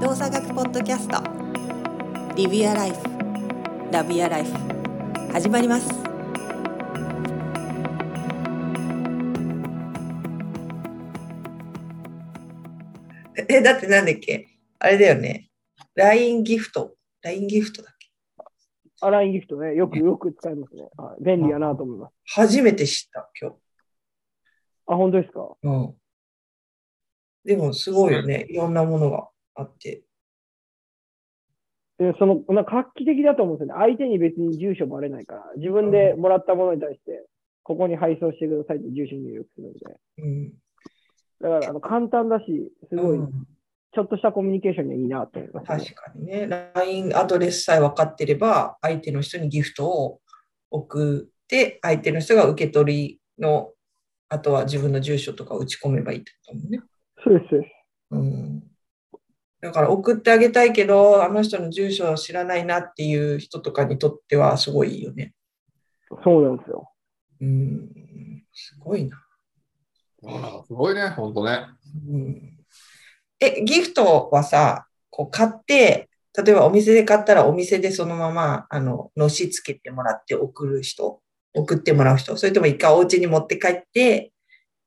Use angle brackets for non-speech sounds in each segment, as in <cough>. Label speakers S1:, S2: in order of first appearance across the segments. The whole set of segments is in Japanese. S1: 動作学ポッドキャストリビアライフラビアライフ始まります
S2: え、だってなんだっけあれだよね。LINE ギフト。LINE ギフトだっけ
S3: あ、LINE ギフトね。よくよく使いますね。はい、便利やなと思います。
S2: 初めて知った、今
S3: あ、本当ですか
S2: 日。うん。でも、すごいよね。いろんなものがあって。
S3: でその、なんか画期的だと思うんですよね。相手に別に住所バレないから、自分でもらったものに対して、ここに配送してくださいって住所入力するんで。
S2: うん。
S3: だから、あの、簡単だし、すごい、ちょっとしたコミュニケーションにはいいなと思います、
S2: 確
S3: ね
S2: かにね。LINE アドレスさえ分かってれば、相手の人にギフトを送って、相手の人が受け取りの、あとは自分の住所とか打ち込めばいいってことだもんね。
S3: そうですそうです。
S2: うんだから送ってあげたいけど、あの人の住所を知らないなっていう人とかにとってはすごいいいよね。
S3: そうなんですよ。
S2: うん、すごいな。
S4: あすごいね、本当ね。
S2: うん、え、ギフトはさ、こう買って、例えばお店で買ったらお店でそのままあののしつけてもらって送る人、送ってもらう人、それとも一回お家に持って帰って、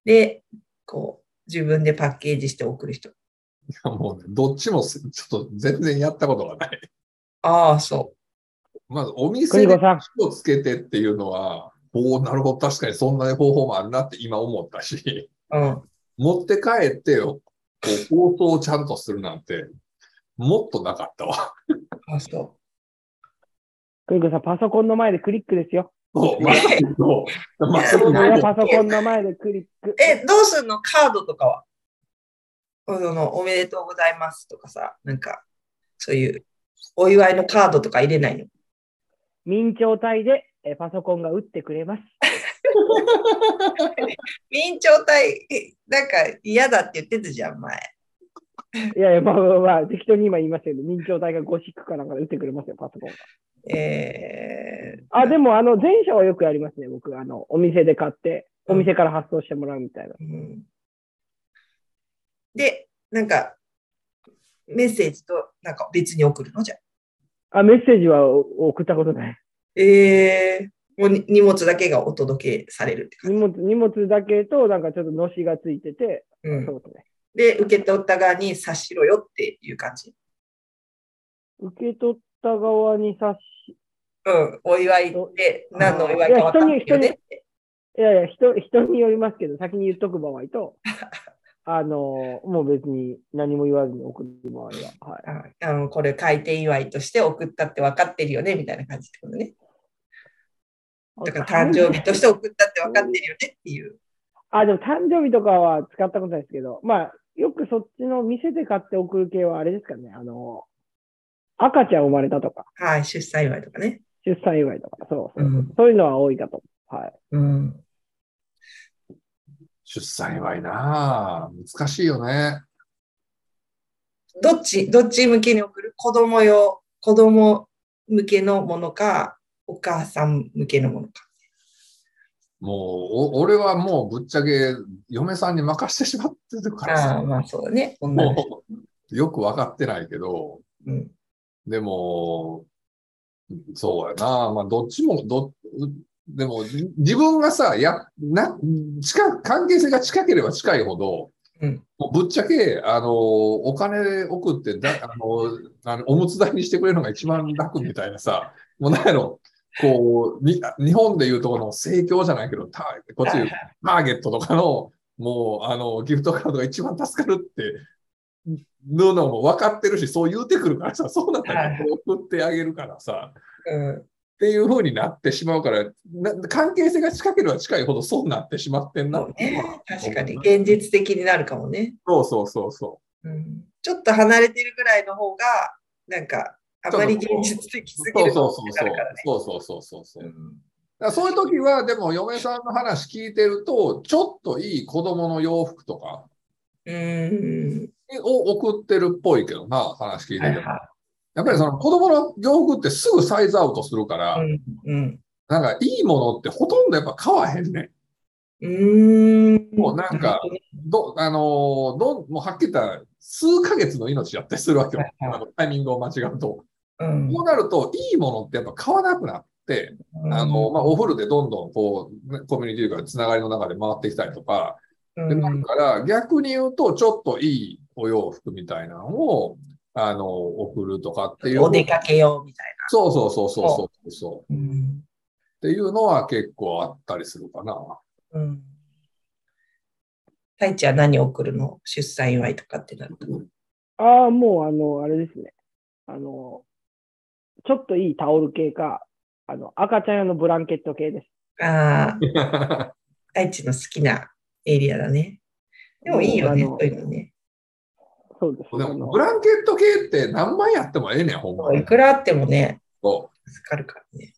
S2: で、こう自分でパッケージして送る人。
S4: もうね、どっちもすちょっと全然やったことがない。
S2: ああ、そ
S4: まずお
S3: クニ
S4: 店
S3: コ
S4: で
S3: さん、
S4: 火をつけてっていうのは、おお、なるほど、確かにそんな方法もあるなって今思ったし、
S2: う。うん。
S4: 持って帰って、こう包装をちゃんとするなんて、もっとなかったわ。
S2: あそう。
S3: クニコさん、パソコンの前でクリックですよ。
S4: そう、まあ、そうまあ、そ
S3: そ
S4: の
S3: れは
S4: ね
S3: パソコンの前でクリック。
S2: え、どうすんのカードとかはそのおめでとうございますとかさ、なんか、そういうお祝いのカードとか入れないの
S3: 明朝体で、えパソコンが打ってくれます。
S2: 明朝体、えなんか嫌だって言ってたじゃん、前。
S3: いやいや、まあまあまあ、適当に今言いましたけど、明朝体がゴシックかなんかで打ってくれますよ、パソコンが。
S2: えー、
S3: あ、でも、あの、前者はよくやりますね、僕。あの、お店で買って、お店から発送してもらうみたいな。
S2: うんで、なんか、メッセージとなんか別に送るのじゃん。
S3: あ、メッセージはお送ったこ
S2: <laughs>
S3: とない。
S2: えー、もうに荷物だけがお届けされるって感
S3: 荷
S2: じ。
S3: 物、荷物だけと、なんかちょっとのしがついてて、
S2: う
S3: そ
S2: ん、
S3: うですね。
S2: で、受け取った側に察しろよっていう感じ。
S3: 受け取った側に差し、
S2: うん、お祝いで、何のお祝いか分かんないよねって。
S3: いやいや、人、人によりますけど、先に言っとく場合
S2: <laughs>
S3: と、あの、もう別に何も言わずに送る場合は。はい。
S2: ああのこれ開店祝いとして送ったって分かってるよねみたいな感じってことね。だから誕生日として送ったって分かってるよねっていう。
S3: あ、でも誕生日とかは使ったことないですけど、まあ、よくそっちの店で買って送る系はあれですかね、あの、赤ちゃん生まれたとか、
S2: はい、出産祝いとかね。
S3: 出産祝いとか、そうそう、
S2: ん。
S3: そういうのは多いかと。はい。
S2: うん、
S4: 出産祝いなあ難しいよね。
S2: どっち、どっち向けに送る子供用、子供向けのものか、お母さん向けのものか。
S4: もう、お俺はもうぶっちゃけ嫁さんに任してしまってるから
S2: ああ、
S4: さ。
S2: まあそうだね。女の
S4: もう <laughs> よく分かってないけど、
S2: 子うん、
S4: でも、そうやな、まあ、どっちもど、でも、じ自分がさ、やな近関係性が近ければ近いほど、
S2: うん
S4: もうぶっちゃけ、あの、お金送ってだあのあの、おむつ代にしてくれるのが一番楽みたいなさ、もうなんやろ、こう、に日本でいうとこの盛況じゃないけど、タこっちでいうターゲットとかの、もう、あの、ギフトカードが一番助かるって、ののも分かってるし、そう言うてくるからさ、そうなったら送ってあげるからさ、
S2: うん。
S4: っていう風になってしまうから、な関係性が近ければ近いほどそうなってしまってんな
S2: そ
S4: っ
S2: う
S4: ていうのは
S2: ね。確かに、現実的になるかもね。
S4: そうそうそうそ
S2: うんちょっと離れてるぐらいの方が、なんか、あまり現実的
S4: う。
S2: すぎ
S4: そう
S2: る
S4: そ
S2: と
S4: うそう
S2: なるからね。
S4: そう。そうそうそうそう。
S2: う
S4: だ
S2: ん
S4: からそういう時は、でも嫁さんの話聞いてると、ちょっといい子供の洋服とか
S2: うん。
S4: を送ってるっぽいけどな、話聞いて
S2: は
S4: る
S2: い
S4: と。
S2: は
S4: やっぱりその子供の洋服ってすぐサイズアウトするから、
S2: い。うん。うん
S4: なんかいいものってほとんどやっぱ買わへんねん。
S2: うーん。
S4: もうなんか、ど、あのーどん、もうはっきり言ったら、数ヶ月の命やったりするわけよ
S2: はい。はい
S4: あのタイミングを間違うと。こ
S2: うん、
S4: うなると、いいものってやっぱ買わなくなって、あの、まあ、お風呂でどんどんこう、コミュニティというか、つながりの中で回ってきたりとか、
S2: うん、
S4: でなるから、逆に言うと、ちょっといいお洋服みたいなのを、あの、送るとかっていう。
S2: お出かけようみたい
S4: そうそうそうそうそうそう。
S2: な。うん。
S4: っていうのは結構あったりするかな。
S2: <laughs> うん。太一は何送るの出産祝いとかってなると。
S3: ああ、もう、あの、あれですね。あの、ちょっといいタオル系か、あの、赤ちゃん用のブランケット系です。
S2: ああ、太一の好きなエリアだね。でもいいよね、
S3: も
S2: そうういうのね。
S3: そうです。
S4: で
S3: あ
S4: も、
S3: の
S4: ブランケット系って何枚やってもええねん、ほんま
S2: い
S4: に。
S2: くらあってもね、
S4: そ
S2: 助かるからね。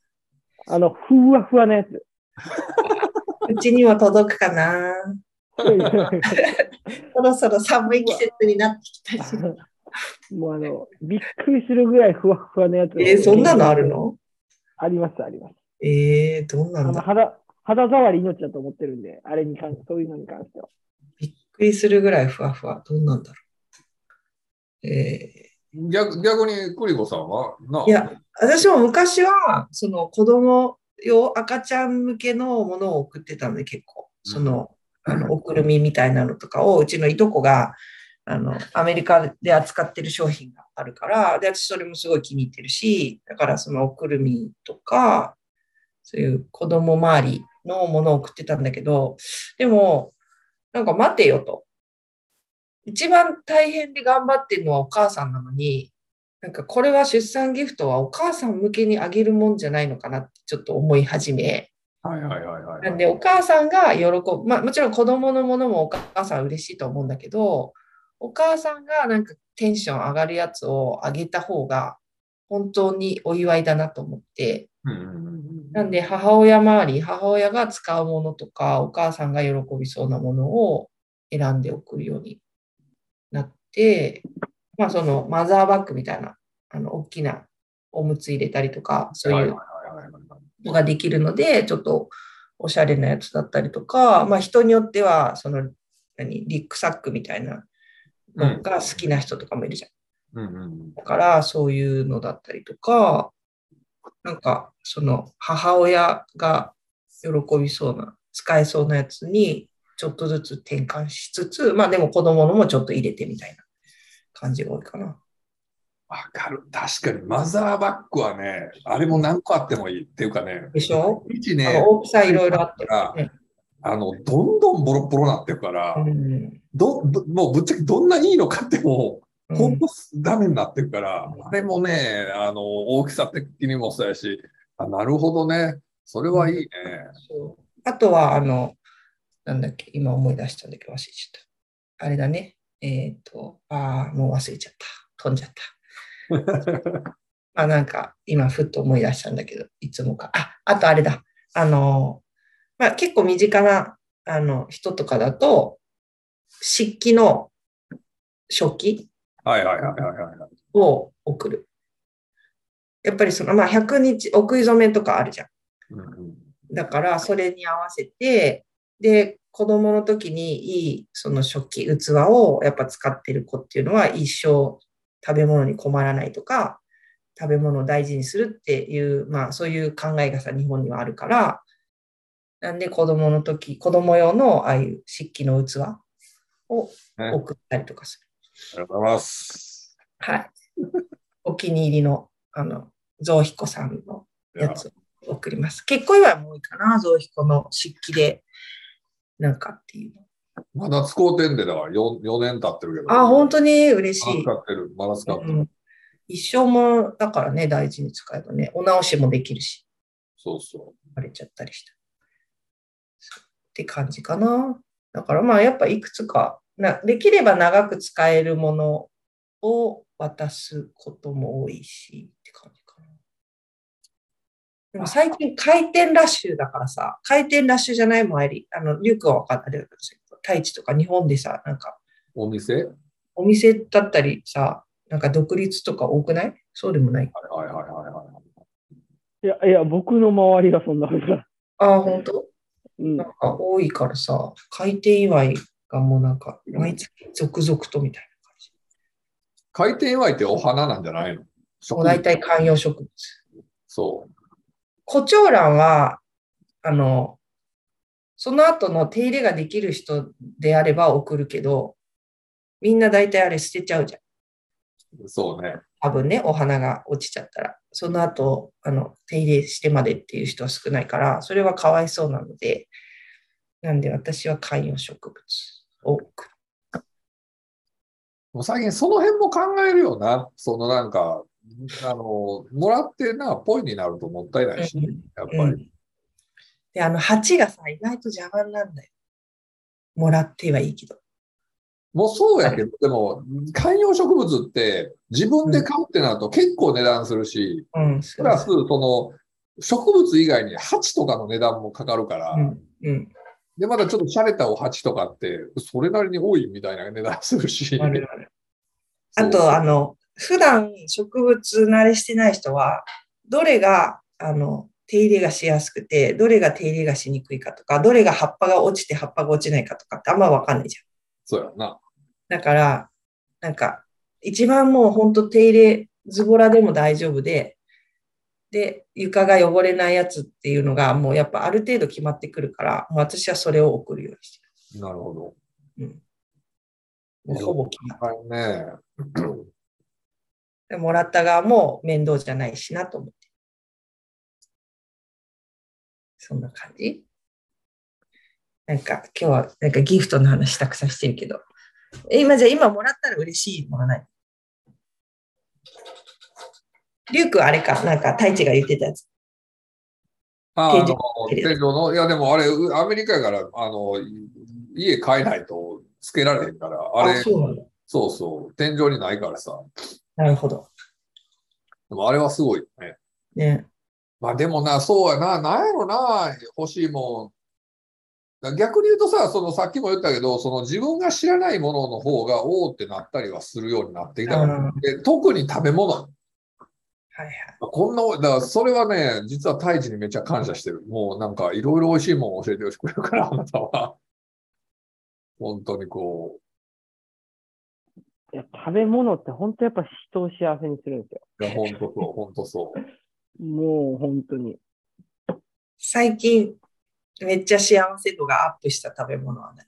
S3: あの、ふわふわのやつ。 <laughs>
S2: うちにも届くかな。そろそろ寒い季節になってきたし。
S3: もうあの、びっくりするぐらいふわふわのやつ。
S2: えーそんなのあるの
S3: あります、あります。
S2: えー、どん
S3: あ
S2: なん
S3: の
S2: だ
S3: 肌肌触り命だと思ってるんで、あれに関して、そういうのに関しては。
S2: びっくりするぐらいふわふわ。どんなんだろう。えー
S4: う。逆逆に、クリコさんはない
S2: や、私も昔は、その子供用、赤ちゃん向けのものを送ってたので、結構、その、あのおくるみみたいなのとかを、うちのいとこが、あの、アメリカで扱ってる商品があるから、で、私それもすごい気に入ってるし、だからそのおくるみとか、そういう子供周りのものを送ってたんだけど、でも、なんか待てよと。一番大変で頑張ってるのはお母さんなのに、なんかこれは出産ギフトはお母さん向けにあげるもんじゃないのかなってちょっと思い始め、
S4: はいはいはいはい。
S2: なんでお母さんが喜ぶ、まあもちろん子供のものもお母さん嬉しいと思うんだけど、お母さんがなんかテンション上がるやつをあげた方が本当にお祝いだなと思って、
S4: うんうんうんうん
S2: なんで母親周り、母親が使うものとか、お母さんが喜びそうなものを選んで送るようになって、まあそのマザーバッグみたいな、あの、大きなおむつ入れたりとか、そう
S4: は
S2: い
S4: いはいうはいはいはい
S2: のができるので、ちょっとおしゃれなやつだったりとか、まあ人によっては、その、何、リュックサックみたいなのが好きな人とかもいるじゃん。
S4: うんうんうん
S2: だから、そういうのだったりとか、なんか、その、母親が喜びそうな、使えそうなやつに、ちょっとずつ転換しつつ、まあでも子供のもちょっと入れてみたいな感じが多いかな。
S4: わかる。確かに、マザーバッグはね、あれも何個あってもいいっていうかね。
S2: でしょ
S4: 一
S2: あ
S4: ね
S2: の、大きさいろいろあって。
S4: あ
S2: うん
S4: の、どんどんボロボロなってるから、
S2: うん
S4: ど、どもうぶっちゃけどんないいのかっても、
S2: うん
S4: ほんとダメになってるから
S2: う、ん
S4: あれもね、あの、大きさ的にもそうやし、あなるほどね。それはいいね。
S2: そうあとは、あの、なんだっけ、今思い出したんだけど忘れちゃった。あれだね。えっ、と、ああ、もう忘れちゃった。飛んじゃった。まあなんか今ふっと思い出したんだけど、いつもか。あ、あとあれだ。あの、まあ結構身近なあの人とかだと、漆器の食器
S4: はいはいはいはいはい。
S2: を送る。やっぱりその、まあ100日、お食い初めとかあるじゃん。
S4: うんうん
S2: だからそれに合わせて、で、子供の時にいいその食器、器をやっぱ使ってる子っていうのは一生食べ物に困らないとか、食べ物を大事にするっていう、まあそういう考えがさ、日本にはあるから、なんで子供の時、子供用のああいう漆器の器を
S4: ね
S2: 送ったりとかする。
S4: ありがとうございます。
S2: はい。お気に入りの、あの、ゾウヒコさんのやつを送ります。結婚祝いも多いかな、ゾウヒコの漆器で、なんかっていう。
S4: まだ使うてんで、だから 4, 4年経ってるけど。
S2: あ、本当
S4: に
S2: に嬉しい
S4: 使。ってる。まだ使ってる。
S2: うん一生も、だからね、大事に使えばね、お直しもできるし、
S4: そうそ
S2: 割れちゃったりした。そうって感じかな。だからまあ、やっぱいくつかな、できれば長く使えるものを渡すことも多いし、って感じかな。でも最近回転ラッシュだからさ、回転ラッシュじゃないもんあり、あの、リュックは分かったけど、太一とか日本でさ、なんか
S4: う。お店はい
S2: お店だったりさ、なんか独立とか多くないそうでもない。
S4: はいはいはいはい。
S3: いや、いや、僕の周りがそんなふうな。
S2: ああ、本当
S3: うん
S2: な。んか多いからさ、開店祝いがもうなんか、毎月続々とみたいな感じ。
S4: 開店祝いってお花なんじゃないの
S2: もう大体観葉植物。
S4: そう。
S2: 胡蝶蘭は、あの、その後の手入れができる人であれば送るけど、みんな大体あれ捨てちゃうじゃん。
S4: そうね。
S2: 多分ね、お花が落ちちゃったら。その後、あの、手入れしてまでっていう人は少ないから、それはかわいそうなので、なんで私は観葉植物を送る。
S4: もう最近その辺も考えるよな。そのなんか、あの、もらってな、ポイになるともったいないし、
S2: うん
S4: やっぱ
S2: う
S4: り。
S2: んで、あの、鉢がさ、意外と邪魔になんだよ。もらってはいいけど。
S4: もうそうやけど、でも、観葉植物って自分で買うってなると結構値段するし、
S2: うん、
S4: プ
S2: そう
S4: ラス、その、植物以外に鉢とかの値段もかかるから、
S2: うん、うん、
S4: で、まだちょっと洒落たお鉢とかって、それなりに多いみたいな値段するし。
S2: あるある。
S4: そ
S2: あ
S4: う
S2: と、あの、普段植物慣れしてない人は、どれが、あの、手入れがしやすくて、どれが手入れがしにくいかとか、どれが葉っぱが落ちて葉っぱが落ちないかとかってあんまわかんないじ
S4: そうやな。
S2: ゃん。だから、なんか、一番もうほんと手入れ、ズボラでも大丈夫で、で、床が汚れないやつっていうのが、もうやっぱある程度決まってくるから、もう私はそれを送るようにして
S4: なるほ
S2: る。うん。
S4: ど。
S2: もうほぼ決まっ
S4: はい
S2: <clears throat>
S4: ね。
S2: て。もらった側も面倒じゃないしなと思って。そんな感じなんか今日はなんかギフトの話たくさんしてるけど。え今じゃあ今もらったら嬉しいものないリュウ君あれか、なんか太一が言ってたやつ。
S4: ああの、
S2: 天井
S4: 天井の、いやでもあれ、うアメリカやから、あの、い家買えないとつけられへんから、あれ、
S2: そうなの
S4: そうそう、天井にないからさ。
S2: なるほど。
S4: でもあれはすごいよね。
S2: ね。
S4: まあでもな、そうやな、なんやろな、欲しいもん。だ逆に言うとさ、そのさっきも言ったけど、その自分が知らないものの方がおおってなったりはするようになってきたか
S2: う
S4: ら、で特に食べ物。
S2: はいはい。
S4: こんなお、だからそれはね、実は太一にめっちゃ感謝してる。もうなんかいろいろ美味しいもん教えてほしくれるから、あなたは。本当にこ
S3: いや食べ物って本当やっぱ人を幸せにするんですよ。
S4: う、いや、本当そう、本当そう。
S3: もう本当に。
S2: 最近、めっちゃ幸せ度がアップした食べ物は何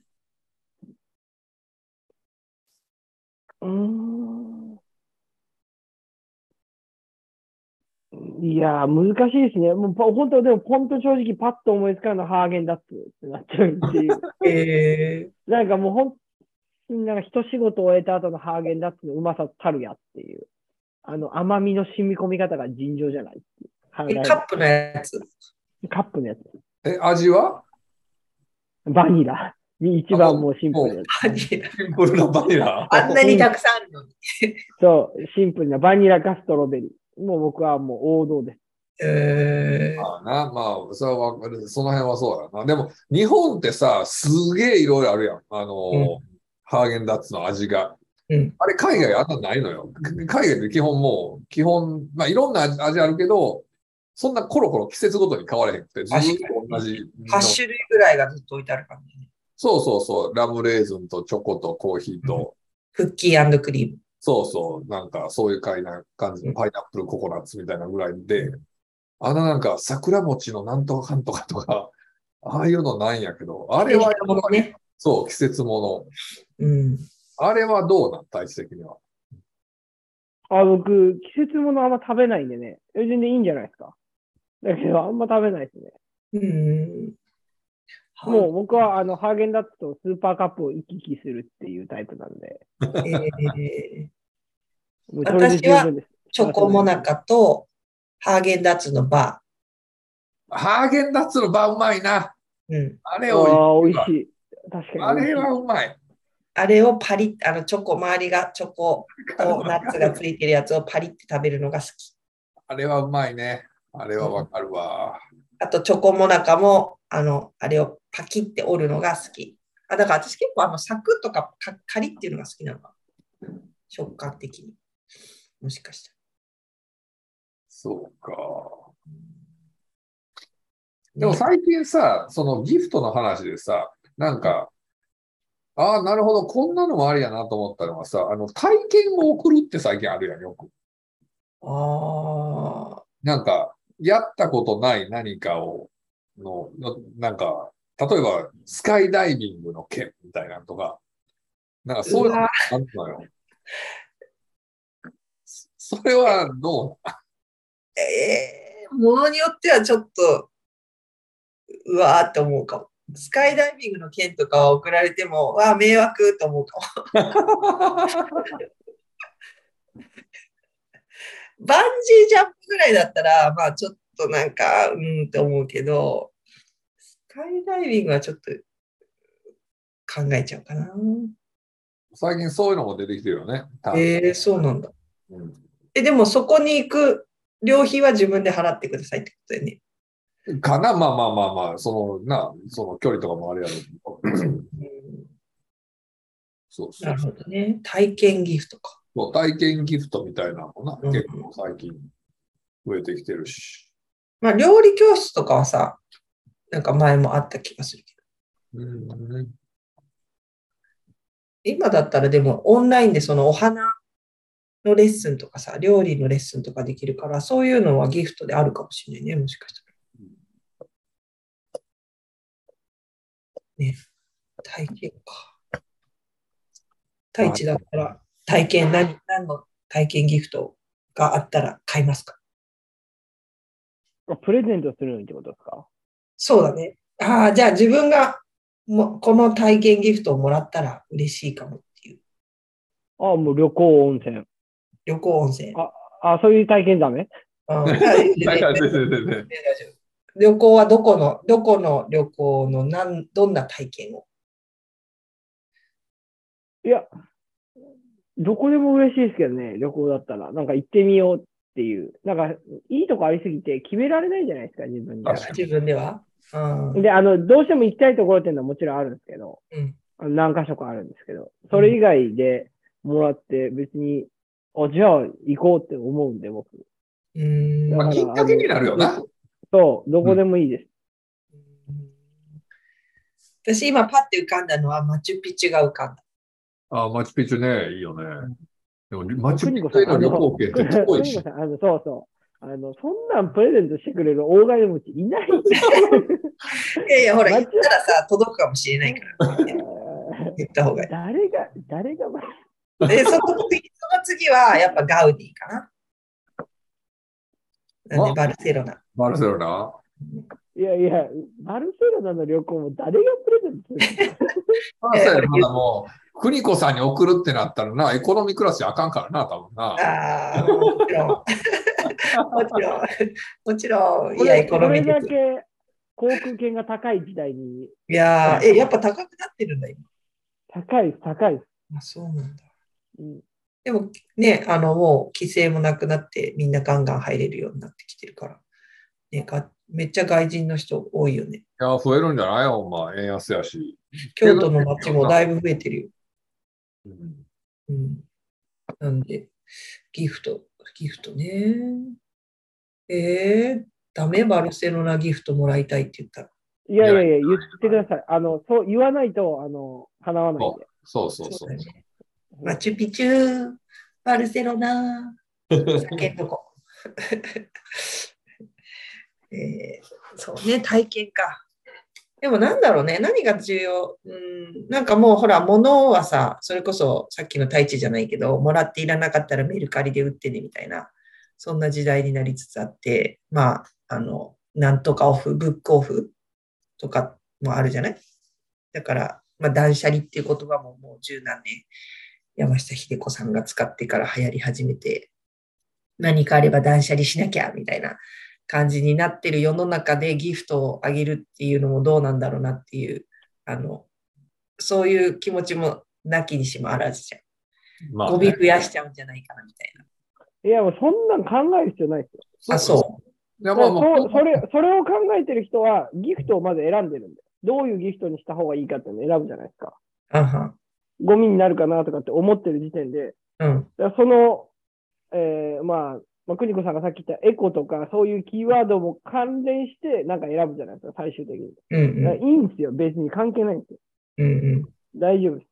S3: うーん。いやー、難しいですね。もうぽ本当、でも本当正直パッと思いつかるのはハーゲンダッツってなっちゃうっていう。
S2: <laughs> え
S3: なんかもう本当になんか一仕事終えた後のハーゲンダッツのうまさたるやっていう。あの甘みの染み込み方が尋常じゃないっていうハーゲン
S2: ー、
S3: ダッ
S2: カップのやつ。
S3: ツカップのやつ。
S4: え、味 <laughs> は
S3: バニラ。一番もうシンプルなや
S2: <laughs>
S3: つ。
S4: シンプルなバニラ。
S2: あんなにたくさんあるのに。
S3: そう、シンプルなバニラかストロベリー。もう僕はもう王道です。
S2: えー
S4: まあな、まあ、それはわかるその辺はそうだな。でも、日本ってさ、すげえいろいろあるやん。あのー、
S2: う
S4: ハーゲンダッツの味が。
S2: うん
S4: あれ、海外あんなないのよ。海外って基本もう、基本、まあ、いろんな味味あるけど、そんなコロコロ季節ごとに変われへんくて、ずっと同じの。
S2: 8種類ぐらいがずっと置いてある感じ。
S4: そうそうそう、ラムレーズンとチョコとコーヒーと、
S2: うクッキークリーム。
S4: そうそう、なんかそういう感じのパイナップルココナッツみたいなぐらいで、あのなんか桜餅のなんとかかんとかとか、 <laughs> ああいうのなんやけど、あれはやっぱり、
S2: ね。
S4: そう、季節も
S2: うん。
S4: の。あれはどうなん体質的には。
S3: あ、僕、季節物あんま食べないんでね。え全然いいんじゃないですか。だけど、あんま食べないですね。
S2: うん。
S3: もう僕は、あの、ハーゲンダッツとスーパーカップを行き来するっていうタイプなんで。
S2: えー
S3: もうそれで十分です。
S2: チョコモナカとハーゲンダッツのバ
S4: ハーゲンダッツの場うまいな。
S2: ー。うん。
S4: あ
S3: あ
S4: れ
S3: あ
S4: お
S3: ー、美
S4: いしいわ。
S3: 味しい。確か
S4: あ
S3: に美味しい。
S4: れはうまい。
S2: あれをパリッ、あの、チョコ、周りがチョコとナッツがついてるやつをパリって食べるのが好き。
S4: <laughs> あれはうまいね。あれはわかるわ。
S2: あと、チョコモナカも、あの、あれをパキって折るのが好き。あ、だから私結構、あの、サクッとかカカリッっていうのが好きなのかな。食感的に。もしかしたら。
S4: そうか。でも最近さ、そのギフトの話でさ、なんか、ああ、なるほど、こんなのもありやなと思ったのはさ、あの、体験を送るって最近あるやん、よく。
S2: ああ、
S4: なんか、やったことない何かを、の、のなんか、例えば、スカイダイビングの件みたいなのとか、なんかそういうのがあるのよ。そそれはど
S2: ええものによってはちょっと、うわーって思うかも。スカイダイビングの件とかは送られても、わあ、迷惑と思うかも。 <laughs> バンジージャンプぐらいだったら、まあちょっとなんか、うーんって思うけど、スカイダイビングはちょっと考えちゃうかな。
S4: う最近そういうのも出てきてるよね。
S2: ええそうなんだ。
S4: うん
S2: え、でもそこに行く旅費は自分で払ってくださいってことだよね。
S4: かなまあまあまあまあ、その、な、その距離とかもあれやろう <clears throat> けど。
S2: うん
S4: そうそ
S2: な
S4: う
S2: る
S4: そ
S2: ほ
S4: う。
S2: どね。体験ギフトか。
S4: そう体験ギフトみたいなのもな、
S2: うん
S4: 結構最近増えてきてるし。
S2: まあ、料理教室とかはさ、なんか前もあった気がするけど、
S4: うん、
S2: 今だったらでもオンラインでそのお花のレッスンとかさ、料理のレッスンとかできるから、そういうのはギフトであるかもしれないね、もしかしたら。ね、体験か。太一だったら、体験何、何の体験ギフトがあったら買いますか
S3: プレゼントするのにってことですか
S2: そうだね。ああ、じゃあ自分がもこの体験ギフトをもらったら嬉しいかもっていう。
S3: ああ、もう旅行、温泉。
S2: 旅行温泉。
S3: あああ、そういう体験ダメ
S2: うん
S4: だから
S2: 大
S4: 全然
S2: 丈 <laughs>
S4: 全然。
S2: 夫旅行はどこの、どこの旅行のなんどんな体験を
S3: いや、どこでも嬉しいですけどね、旅行だったら。なんか行ってみようっていう。なんか、いいとこありすぎて決められないじゃないですか、自分
S4: 確か
S3: で。
S2: 自分では。うん。うん
S3: で、あの、どうしても行きたいところっていうのはもちろんあるんですけど、
S2: うん
S3: あの何箇所かあるんですけど、それ以外でもらって別に、あ、じゃあ行こうって思うんで、僕。
S2: うーん
S4: まあ、きっかけになるよな。
S3: そう、どこでもいいです。
S2: 私今パッて浮かんだのはマチュピチュが浮かんだ。
S4: あマチュピチュね、いいよね。でも、マ
S3: マ
S4: チュピチュへの旅行券って
S3: あの、
S4: 遠い
S3: 邦
S4: し
S3: 子。さんあのそうそう。あの、そんなんプレゼントしてくれる大金持ちいないんだよ
S2: いやいや、ほら、
S3: マ
S2: 言
S3: チュ
S2: ったらさ、届くかもしれないから、 <laughs> 言った方がい
S3: 誰が、誰が、
S2: い。で、その次、その次は、やっぱガウディかな。なんで、バ
S4: あ
S2: ルセロナ。
S4: バルセロナ。
S3: いやいや、バルセロナの旅行も誰がプレゼントするの
S4: バルセロナも、邦子さんに送るってなったらな、エコノミークラスじゃあかんからな、多分な。
S2: ああ、もちろん。もちろん。もちろん。いや、エコノミー
S3: これだ
S2: で。
S3: け航空券が高い時代に、
S2: いやー、え、やっぱ高くなってるんだ、今。
S3: 高いです、高いです。
S2: あ、そうなんだ。
S3: うん
S2: でも、ね、あの、もう規制もなくなって、みんなガンガン入れるようになってきてるから。ね、がめっちゃ外人の人多いよね。
S4: いや、増えるんじゃないよ、まあ、円安やし。
S2: 京都の街もだいぶ増えてるよ。うん。なんで、ギフト、ギフトね。えー、ダメバルセロナギフトもらいたいって言ったら。
S3: いやいやいや、言ってください。あの、そう言わないと、あの、叶わないんで。
S4: そうそう
S2: そ
S4: そうう
S2: だ。よねマチュピチュ、バルセロナ、叫んどこ。 <laughs> えーそうね、体験か。でもなんだろうね、何が重要うん、なんかもうほら、物はさ、それこそさっきの太一じゃないけど、もらっていらなかったらメルカリで売ってねみたいな、そんな時代になりつつあって、まあ、あの、なんとかオフ、ブックオフとかもあるじゃないだから、まあ、断捨離っていう言葉ももう十何年、山下秀子さんが使ってから流行り始めて、何かあれば断捨離しなきゃみたいな感じになってる世の中でギフトをあげるっていうのもどうなんだろうなっていう、あの、そういう気持ちもなきにしもあらずじ
S4: ま
S2: ゃん。
S4: あ
S2: ゴ
S4: ね
S2: ミ増やしちゃうんじゃないかなみたい
S3: いや、もうそんなん考える必要ないですよ。
S2: な。あ、そう。
S4: う。いや、ま
S3: そ
S4: あまあ、
S3: うそれそれを考えてる人は、ギフトをまず選んでるんで。どういうギフトにした方がいいかっていうのを選ぶじゃないですか。
S2: あは
S3: ゴミになるかなとかって思ってる時点で、
S2: うん。
S3: だからその、えーまあ、まあ、邦子さんがさっき言ったエコとか、そういうキーワードも関連して、なんか選ぶじゃないですか、最終的に。
S2: うん
S3: だから
S2: う
S3: いいんですよ、別に関係ないんですよ。
S2: ん。うんうん。
S3: 大丈夫です。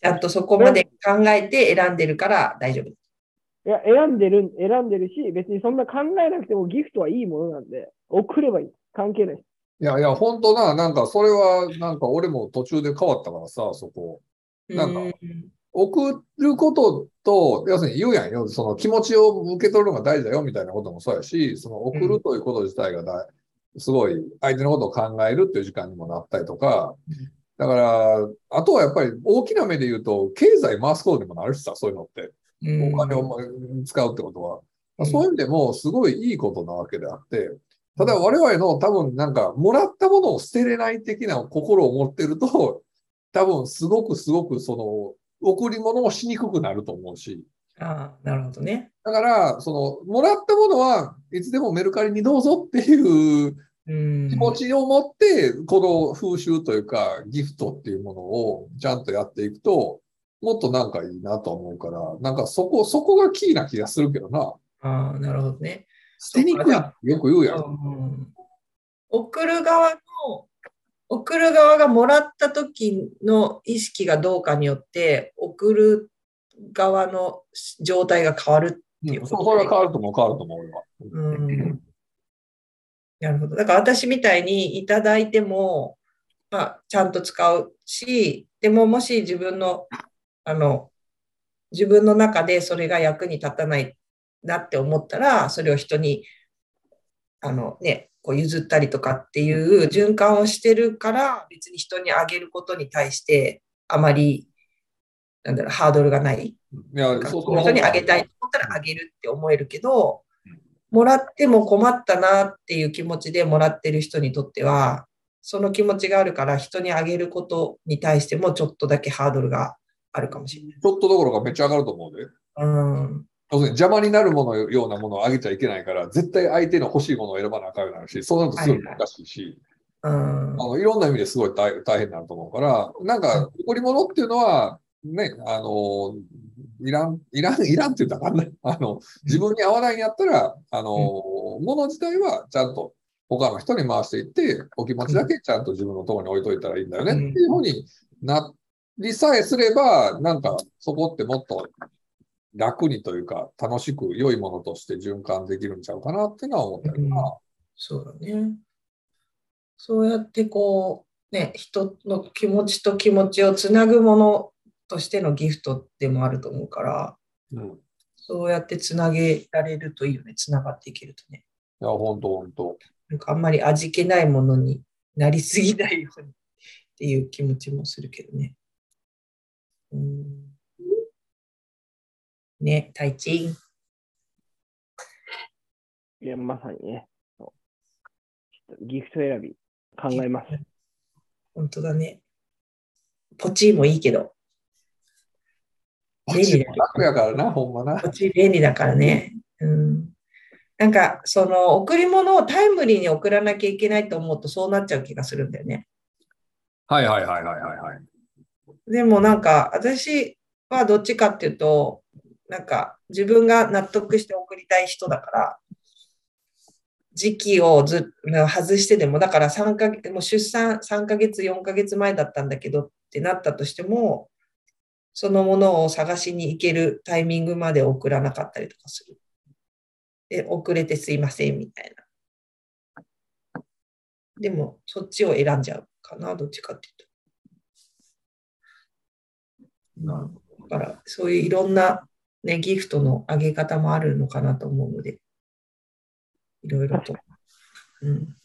S2: ちゃんとそこまで考えて選んでるから大丈夫。
S3: いや、選んでる、選んでるし、別にそんな考えなくてもギフトはいいものなんで、送ればいい。関係ないです。
S4: いやいや、本当な、なんかそれは、なんか俺も途中で変わったからさ、そこ。なんか
S2: うん
S4: 送ることと、要するに言うやんよ、その気持ちを受け取るのが大事だよみたいなこともそうやし、その送るということ自体がだ、すごい相手のことを考えるっていう時間にもなったりとか
S2: うん、
S4: だから、あとはやっぱり大きな目で言うと、経済回すことにもなるしさ、そういうのって。
S2: うん
S4: お金を使うってことは、まあそういう意味でもすごいいいことなわけであって、ただ我々の多分なんか、もらったものを捨てれない的な心を持ってると、多分すごくすごくその、贈り物をしにくくなると思うし、
S2: ああ、なるほどね。
S4: だから、その、もらったものはいつでもメルカリにどうぞっていう
S2: うん
S4: 気持ちを持って、この風習というか、ギフトっていうものをちゃんとやっていくと、もっとなんかいいなと思うから、なんかそこ、そこがキーな気がするけどな。
S2: ああ、なるほどね。
S4: 捨てにくい。よく言うやん。
S2: うん送る側の、送る側がもらった時の意識がどうかによって、送る側の状態が変わる。
S4: うんそうそれは変わると思う、変わると思う、俺は。
S2: うんなるほど。だから私みたいにいただいても、まあ、ちゃんと使うし、でももし自分の、あの、自分の中でそれが役に立たないなって思ったら、それを人に、あのね、こう譲ったりとかっていう循環をしてるから、別に人にあげることに対して、あまり、なんだろう、ハードルがない。
S4: いや、そうそう。
S2: 人にあげたいと思ったらあげるって思えるけど、もらっても困ったなっていう気持ちでもらってる人にとっては、その気持ちがあるから人にあげることに対してもちょっとだけハードルがあるかもしれない。
S4: ちょっとどころかめっちゃ上がると思うで。
S2: うん。
S4: 要するに邪魔になるものようなものをあげちゃいけないから、絶対相手の欲しいものを選ばなあかんようになるし、そうなるとすごい難しいし、
S2: うん
S4: い。あのいろんな意味ですごい大大変になると思うから、なんか、贈り物っていうのは、ね、あの、いらん、いらん、いらんって言ったらあかんない。あの、自分に合わないんやったら、あの、もの自体はちゃんと他の人に回していって、お気持ちだけちゃんと自分のところに置いといたらいいんだよね、
S2: うん
S4: っていうふうになりさえすれば、なんかそこってもっと楽にというか、楽しく良いものとして循環できるんちゃうかなっていうのは思ったりとか、
S2: そうだね。そうやってこう、ね、人の気持ちと気持ちをつなぐものとしてのギフトでもあると思うから、
S4: うん、い
S2: そうやってつなげられるといいよね。つながっていけるとね。
S4: や、本当本当
S2: なんかあんまり味気ないものになりすぎないようにっていう気持ちもするけどね。うん、ね、太一。
S3: いや、まさにね。そうちょっとギフト選び、考えます。
S2: 本当だね。ポチもいいけど、便利だね
S4: 楽やからな、ほんまな
S2: ポ。チ便利だからね。うん、なんか、その、贈り物をタイムリーに送らなきゃいけないと思うとそうなっちゃう気がするんだよね。
S4: はいはいはいはいはいはい。
S2: でもなんか私はどっちかっていうとなんか自分が納得して送りたい人だから時期をずっと外してでもだから3ヶ月もう出産3ヶ月4ヶ月前だったんだけどってなったとしてもそのものを探しに行けるタイミングまで送らなかったりとかする。で遅れてすいませんみたいな。でもそっちを選んじゃうかなどっちかっていうと。
S4: なるほど
S2: だから、そういういろんな、ね、ギフトのあげ方もあるのかなと思うので、いろいろと。うん、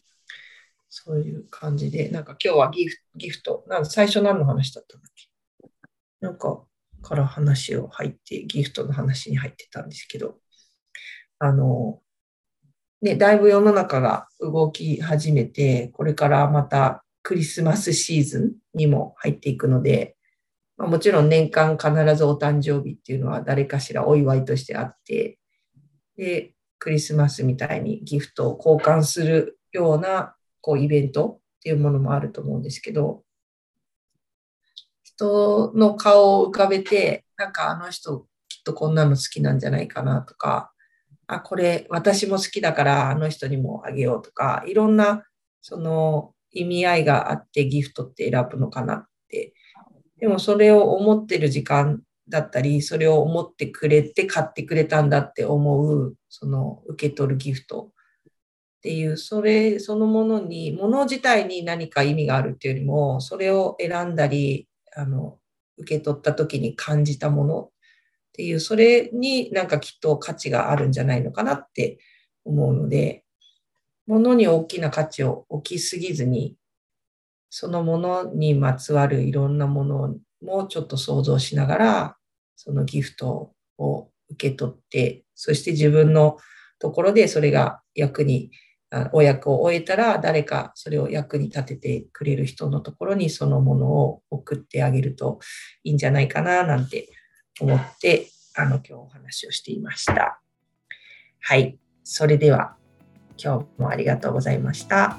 S2: そういう感じで、なんか今日はギフギフト、なん最初何の話だったんだっけなんかから話を入って、ギフトの話に入ってたんですけど、あの、ね、だいぶ世の中が動き始めて、これからまたクリスマスシーズンにも入っていくので、まあ、もちろん年間必ずお誕生日っていうのは誰かしらお祝いとしてあって、で、クリスマスみたいにギフトを交換するようなこうイベントっていうものもあると思うんですけど、人の顔を浮かべて、なんかあの人きっとこんなの好きなんじゃないかなとか、あ、これ私も好きだからあの人にもあげようとか、いろんなその意味合いがあってギフトって選ぶのかなって。でもそれを思ってる時間だったり、それを思ってくれて買ってくれたんだって思う、その受け取るギフトっていう、それそのものに、もの自体に何か意味があるっていうよりも、それを選んだり、あの、受け取った時に感じたものっていう、それになんかきっと価値があるんじゃないのかなって思うので、ものに大きな価値を置きすぎずに、そのものにまつわるいろんなものもちょっと想像しながら、そのギフトを受け取って、そして自分のところでそれが役に、あお役を終えたら、誰かそれを役に立ててくれる人のところにそのものを送ってあげるといいんじゃないかななんて思って、あの、今日お話をしていました。はい。それでは、今日もありがとうございました。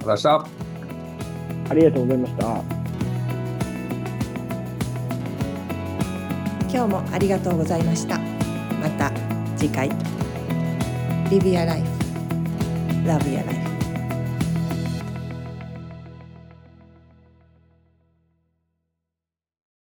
S4: りがとうございました。
S3: ありがとうございました。
S1: 今日もありがとうございましたまた次回 Live your life Love your life